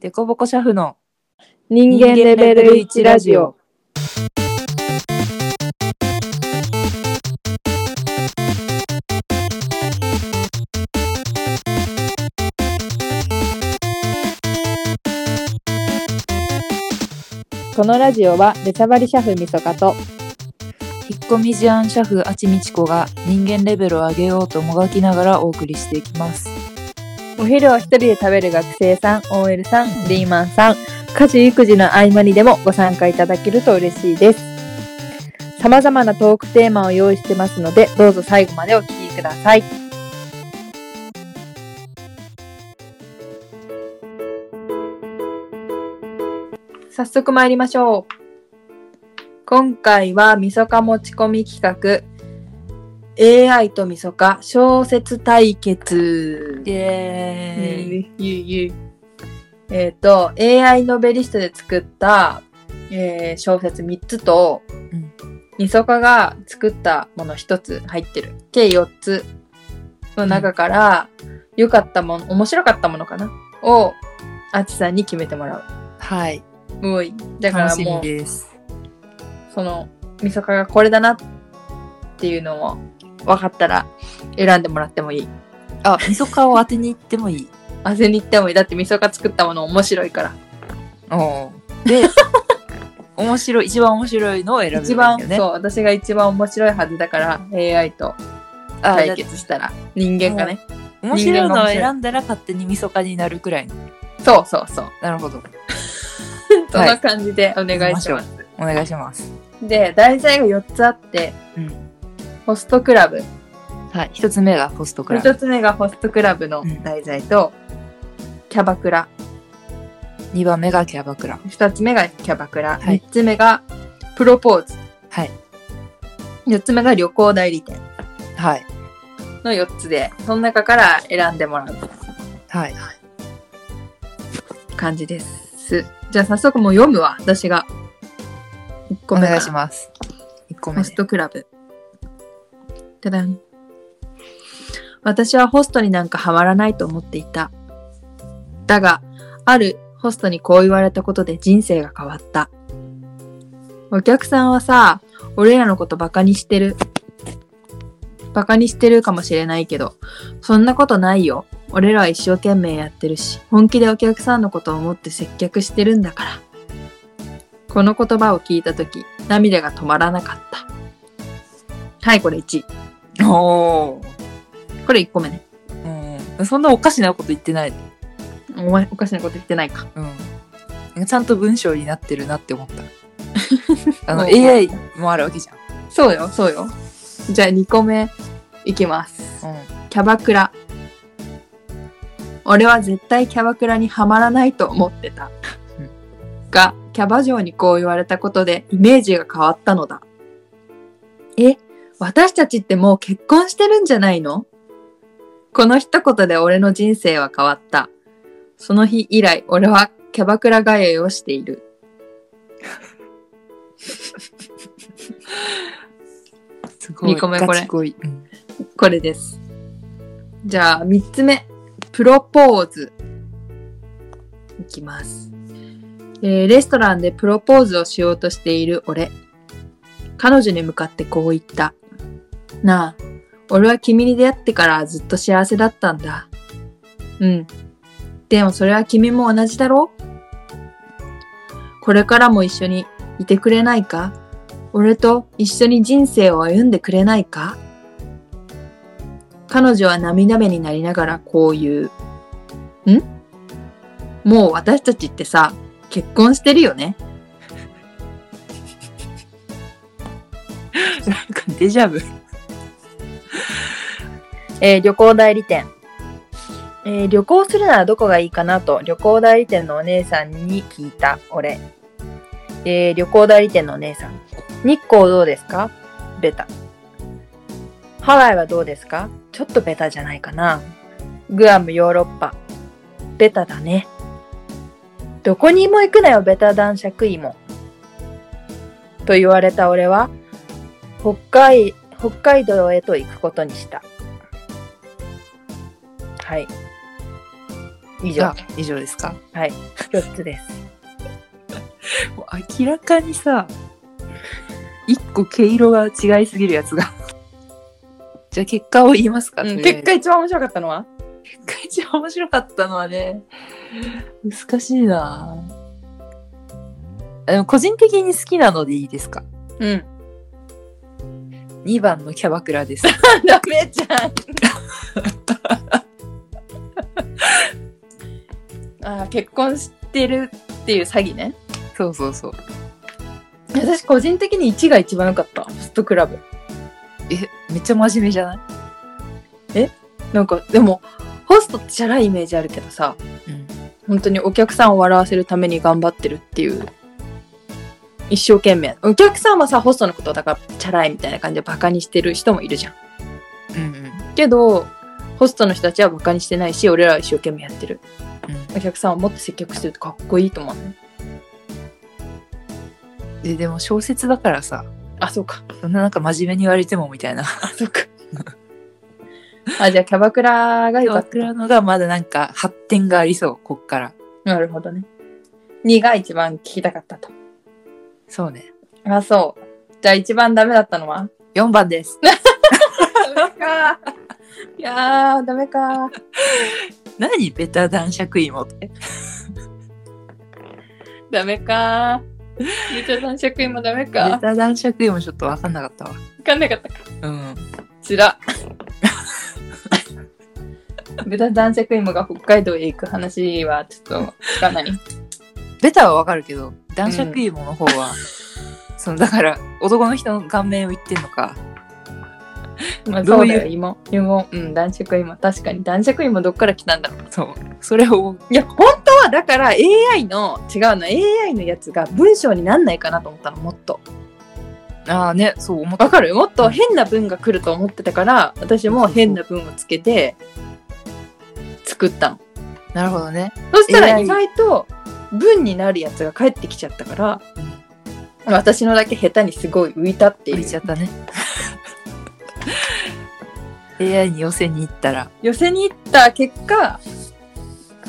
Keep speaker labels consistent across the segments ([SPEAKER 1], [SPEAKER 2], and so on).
[SPEAKER 1] デコボコシャフの
[SPEAKER 2] 人間レベル1ラジオ。このラジオは出しゃばりシャフみそかと
[SPEAKER 1] 引っ込み思案シャフあちみちこが人間レベルを上げようともがきながらお送りしていきます。
[SPEAKER 2] お昼を一人で食べる学生さん OL さんリーマンさん家事育児の合間にでもご参加いただけると嬉しいですさまざまなトークテーマを用意してますのでどうぞ最後までお聞きください早速参りましょう今回はみそか持ち込み企画 AI とみそか小説対決
[SPEAKER 1] イエーイ。
[SPEAKER 2] ゆうゆうえっ、と AI ノベリストで作った、えー小説3つと、
[SPEAKER 1] うん
[SPEAKER 2] みそかが作ったもの1つ入ってる計4つの中から良、かったもの面白かったものかなをあちさんに決めてもら
[SPEAKER 1] はい。
[SPEAKER 2] う。うおいだから
[SPEAKER 1] 楽し
[SPEAKER 2] も
[SPEAKER 1] み
[SPEAKER 2] う
[SPEAKER 1] です。
[SPEAKER 2] そのみそかがこれだなっていうのを分かったら選んでもらってもいい。
[SPEAKER 1] あ、みそかを当てに行ってもいい。
[SPEAKER 2] 焦りに行ってもいいだってみそか作ったもの面白いから。
[SPEAKER 1] おで、 面白い、一番面白いのを選ぶんだ
[SPEAKER 2] 一番、
[SPEAKER 1] よね。
[SPEAKER 2] そう私が一番面白いはずだから AI と
[SPEAKER 1] あ
[SPEAKER 2] 対決したら人間がね
[SPEAKER 1] だ面白い
[SPEAKER 2] 人間が
[SPEAKER 1] のを
[SPEAKER 2] 面白い
[SPEAKER 1] 選んだら勝手にみそかになるくらいの。
[SPEAKER 2] そうそうそう
[SPEAKER 1] なるほ ど。
[SPEAKER 2] そんな感じでお願いします、
[SPEAKER 1] お願いします。
[SPEAKER 2] で題材が4つあって
[SPEAKER 1] うん。
[SPEAKER 2] ホストクラブ
[SPEAKER 1] はい。一つ目がホストクラブ。
[SPEAKER 2] 1つ目がホストクラブの題材と、キャバクラ
[SPEAKER 1] 二番目がキャバクラ。
[SPEAKER 2] 2つ目がキャバクラ、
[SPEAKER 1] はい
[SPEAKER 2] 3つ目がプロポーズ
[SPEAKER 1] はい
[SPEAKER 2] 4つ目が旅行代理店
[SPEAKER 1] はい。
[SPEAKER 2] の4つでその中から選んでもらう
[SPEAKER 1] はい。
[SPEAKER 2] 感じですじゃあ早速もう読むわ私が1
[SPEAKER 1] お
[SPEAKER 2] 個目か
[SPEAKER 1] 願い
[SPEAKER 2] ら
[SPEAKER 1] します。1個目
[SPEAKER 2] ホ
[SPEAKER 1] ね
[SPEAKER 2] ス。トクラブ。ただん。私はホストになんかハマらないと思っていた。だが、あるホストにこう言われたことで人生が変わった。お客さんはさ、俺らのことバカにしてる。バカにしてるかもしれないけど、そんなことないよ。俺らは一生懸命やってるし、本気でお客さんのことを思って接客してるんだから。この言葉を聞いたとき、涙が止まらなかった。はい、これ1。
[SPEAKER 1] おお、
[SPEAKER 2] これ1個目ね。
[SPEAKER 1] うん、そんなおかしなこと言ってない、
[SPEAKER 2] お前、おかしなこと言ってないか。
[SPEAKER 1] うん、ちゃんと文章になってるなって思った あの
[SPEAKER 2] お
[SPEAKER 1] AI もあるわけじ
[SPEAKER 2] そうよ、そうよ。じゃあ2個目、いきます。
[SPEAKER 1] ゃん、
[SPEAKER 2] キャバクラ。俺は絶対キャバクラにはまらないと思ってた
[SPEAKER 1] うん。
[SPEAKER 2] が、キャバ嬢にこう言われたことでイメージが変わったのだ。え、私たちってもう結婚してるんじゃないのこの一言で俺の人生は変わった。その日以来、俺はキャバクラ通いをしている。
[SPEAKER 1] すごい
[SPEAKER 2] 二個目これ
[SPEAKER 1] ガチ恋、うん
[SPEAKER 2] これです。じゃあ、三つ目。プロポーズ。いきます、えーレストランでプロポーズをしようとしている俺。彼女に向かってこう言った。なあ、俺は君に出会ってからずっと幸せだったんだ。うん。でもそれは君も同じだろこれからも一緒にいてくれないか俺と一緒に人生を歩んでくれないか彼女は涙目になりながらこう言う。んもう私たちってさ、結婚してるよね
[SPEAKER 1] なんかデジャブ
[SPEAKER 2] えー旅行代理店、えー旅行するならどこがいいかなと旅行代理店のお姉さんに聞いた俺、えー旅行代理店のお姉さん日光どうですかベタハワイはどうですかちょっとベタじゃないかなグアムヨーロッパベタだねどこにも行くなよベタ男爵いもと言われた俺は北海北海道へと行くことにしたはい。
[SPEAKER 1] 以上以上ですか
[SPEAKER 2] はい。4つです。
[SPEAKER 1] もう明らかにさ一個毛色が違いすぎるやつがじゃあ結果を言いますか、とりあえず
[SPEAKER 2] 結果一番面白かったのは
[SPEAKER 1] 結果一番面白かったのはね難しいなあの個人的に好きなのでいいですか
[SPEAKER 2] うん。
[SPEAKER 1] 2番のキャバクラです
[SPEAKER 2] ダメじゃん。あー結婚してるっていう詐欺ね。
[SPEAKER 1] そうそうそう
[SPEAKER 2] 私個人的に1が一番良かった。ホストクラブ。
[SPEAKER 1] えめっちゃ真面目じゃない
[SPEAKER 2] なんか、でも、ホストってチャラいイメージあるけどさ、
[SPEAKER 1] うん
[SPEAKER 2] 本当にお客さんを笑わせるために頑張ってるっていう。一生懸命。お客さんはさ、ホストのことだからチャラいみたいな感じでバカにしてる人もいるじゃん。
[SPEAKER 1] うんうん
[SPEAKER 2] けど、ホストの人たちはバカにしてないし、俺らは一生懸命やってる。
[SPEAKER 1] うん
[SPEAKER 2] お客さんをもっと積極するとかっこいいと思うね。
[SPEAKER 1] ででも小説だからさ
[SPEAKER 2] あ、そうか。
[SPEAKER 1] そんななんか真面目に言われてもみ たいな
[SPEAKER 2] あ、そうか。あ、じゃあキャバクラが
[SPEAKER 1] キャ
[SPEAKER 2] 良か
[SPEAKER 1] バ
[SPEAKER 2] っ
[SPEAKER 1] クラのがまだなんか発展がありそうこっから
[SPEAKER 2] た。なるほどね。2が一番聞きたかったと。
[SPEAKER 1] そうね
[SPEAKER 2] あ、そう。じゃあ一番ダメだったのは
[SPEAKER 1] 4番です
[SPEAKER 2] ダメか。いやー、ダメか。
[SPEAKER 1] 何ベタ男爵芋って
[SPEAKER 2] ダメか。部長さん職員もダメ
[SPEAKER 1] ベ
[SPEAKER 2] か。
[SPEAKER 1] タ男爵芋ちょっと分かんなかったわ
[SPEAKER 2] 分かんなかったか。
[SPEAKER 1] うん
[SPEAKER 2] つら。豚男爵芋が北海道へ行く話はちょっとつかない。
[SPEAKER 1] ベタはわかるけど男爵芋の方は、 そのだから男の人の顔面を言ってんのか
[SPEAKER 2] まあ
[SPEAKER 1] ど
[SPEAKER 2] そうう
[SPEAKER 1] いう
[SPEAKER 2] だよ、芋。芋。うん、男爵芋。確かに男爵芋どっから来たんだろう。
[SPEAKER 1] そうそれを
[SPEAKER 2] いや、本当はだから AI の、違うの、AI のやつが文章になんないかなと思ったの、もっと。
[SPEAKER 1] ああねそう思った
[SPEAKER 2] わかるもっと変な文が来ると思ってたから、私も変な文をつけて作ったの。
[SPEAKER 1] なるほどね
[SPEAKER 2] そしたら
[SPEAKER 1] AI
[SPEAKER 2] 意外と文になるやつが返ってきちゃったから、私のだけ下手にすごい浮いたってい
[SPEAKER 1] 言っちゃ
[SPEAKER 2] う。
[SPEAKER 1] ったね AI に寄せに行ったら
[SPEAKER 2] 寄せに行った結果、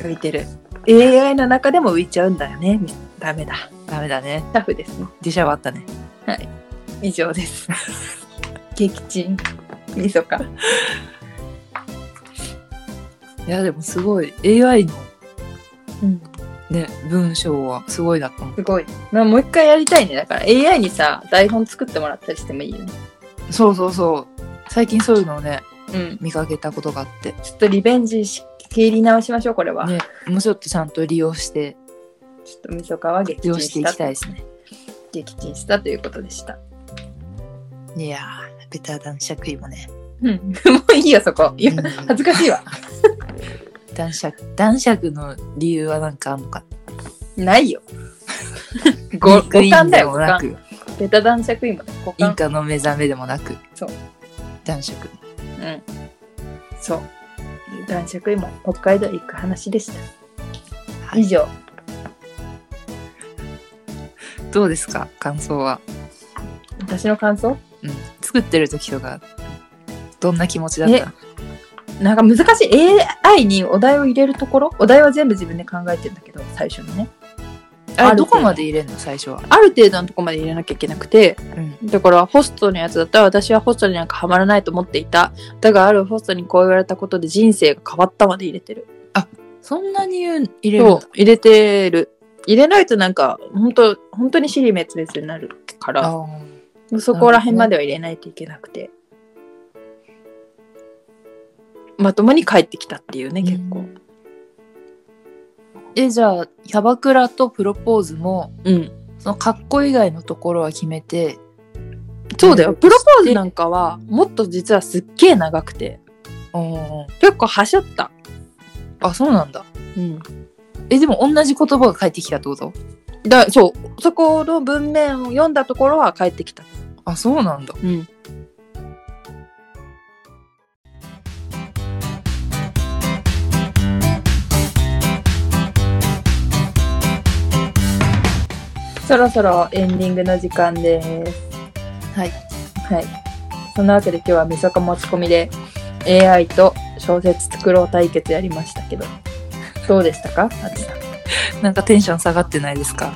[SPEAKER 2] 浮いてる。AI の中でも浮いちゃうんだよね。ダメだ。
[SPEAKER 1] ダメだね
[SPEAKER 2] タフですね。
[SPEAKER 1] 自社はあったね
[SPEAKER 2] 以上 です。撃沈。みそか。
[SPEAKER 1] いやでもすごい AI の
[SPEAKER 2] うん。
[SPEAKER 1] ね文章はすごいだと思
[SPEAKER 2] すごい。なもう一回やりたいね。だから AI にさ、台本作ってもらったりしてもいいよね。
[SPEAKER 1] うそうそうそう最近そういうのをね
[SPEAKER 2] うん。
[SPEAKER 1] 見かけたことがあって
[SPEAKER 2] ちょっとリベンジし、切り直しましょう、これは。
[SPEAKER 1] ねもうちょっとちゃんと利用して
[SPEAKER 2] ちょっとみそかは撃
[SPEAKER 1] 利
[SPEAKER 2] 沈
[SPEAKER 1] 用して
[SPEAKER 2] し
[SPEAKER 1] い
[SPEAKER 2] た
[SPEAKER 1] きたいですね
[SPEAKER 2] 撃沈したということでした。
[SPEAKER 1] いやーベタ男爵芋ね
[SPEAKER 2] うん。 もういいよ、そこ。いや、
[SPEAKER 1] うん
[SPEAKER 2] 恥ずかしいわ。
[SPEAKER 1] 男爵男爵の理由は何かあんのか
[SPEAKER 2] な いよ。ご、
[SPEAKER 1] インクイ
[SPEAKER 2] 五
[SPEAKER 1] ン
[SPEAKER 2] 感だ
[SPEAKER 1] で
[SPEAKER 2] よ、
[SPEAKER 1] も
[SPEAKER 2] 五
[SPEAKER 1] な
[SPEAKER 2] 感。
[SPEAKER 1] く
[SPEAKER 2] ベタ男爵芋だよ、五
[SPEAKER 1] イン
[SPEAKER 2] 感。
[SPEAKER 1] カの目覚めでもなく
[SPEAKER 2] そう
[SPEAKER 1] 男爵
[SPEAKER 2] うん。そう。男爵芋、北海道へ行く話でした。
[SPEAKER 1] はい
[SPEAKER 2] 以上。
[SPEAKER 1] どうですか感想は、
[SPEAKER 2] 私の感想
[SPEAKER 1] うん、作ってる時とかどんな気持ちだった
[SPEAKER 2] なんか難しい AI にお題を入れるところお題は全部自分で考えてんだけど最初にね
[SPEAKER 1] あ
[SPEAKER 2] ある程度
[SPEAKER 1] どこまで入れるの最初は、
[SPEAKER 2] ある程度のとこまで入れなきゃいけなくて
[SPEAKER 1] うん、
[SPEAKER 2] だからホストのやつだったら私はホストになんかハマらないと思っていただがあるホストにこう言われたことで人生が変わったまで入れてる
[SPEAKER 1] そんなに入れるん
[SPEAKER 2] そ
[SPEAKER 1] だ
[SPEAKER 2] う入れてる入れないとなんか本当本当に尻滅裂になるから
[SPEAKER 1] あー
[SPEAKER 2] そこら辺までは入れないといけなくてまともに帰ってきたっていうね結構、
[SPEAKER 1] うんえじゃあキャバクラとプロポーズも
[SPEAKER 2] うん、
[SPEAKER 1] その格好以外のところは決めて
[SPEAKER 2] そうだよ。プロポーズなんかは、もっと実はすっげえ長くて、
[SPEAKER 1] うん
[SPEAKER 2] 結構はしょった。
[SPEAKER 1] あそうなんだ
[SPEAKER 2] うん。
[SPEAKER 1] えでも同じ言葉が返ってきたってこと
[SPEAKER 2] だ、そう。そこの文面を読んだところは返ってきた。
[SPEAKER 1] あそうなんだ
[SPEAKER 2] うん。そろそろエンディングの時間です。
[SPEAKER 1] はい
[SPEAKER 2] はい。そんなわけで今日はみそか持ち込みで AI と小説作ろう対決やりましたけど。どうでしたかあつさん
[SPEAKER 1] なんかテンション下がってないですか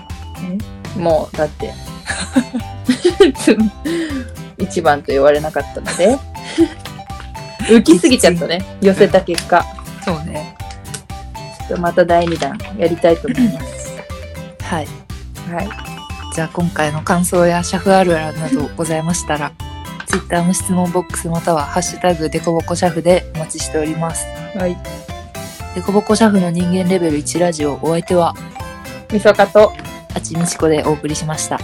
[SPEAKER 2] もうだって 一番と言われなかったので浮きすぎちゃったね寄せた結果
[SPEAKER 1] そうね。
[SPEAKER 2] ちょっとまた第2弾やりたいと思います
[SPEAKER 1] はい。
[SPEAKER 2] はい
[SPEAKER 1] じゃあ今回の感想やシャフあるあるなどございましたら、Twitter の質問ボックスまたはハッシュタグデコボコシャフでお待ちしております。
[SPEAKER 2] はい
[SPEAKER 1] デコボコシャフの人間レベル1ラジオお相手は、
[SPEAKER 2] みそかと
[SPEAKER 1] あちみちこでお送りしました。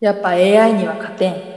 [SPEAKER 2] やっぱ AI には勝てん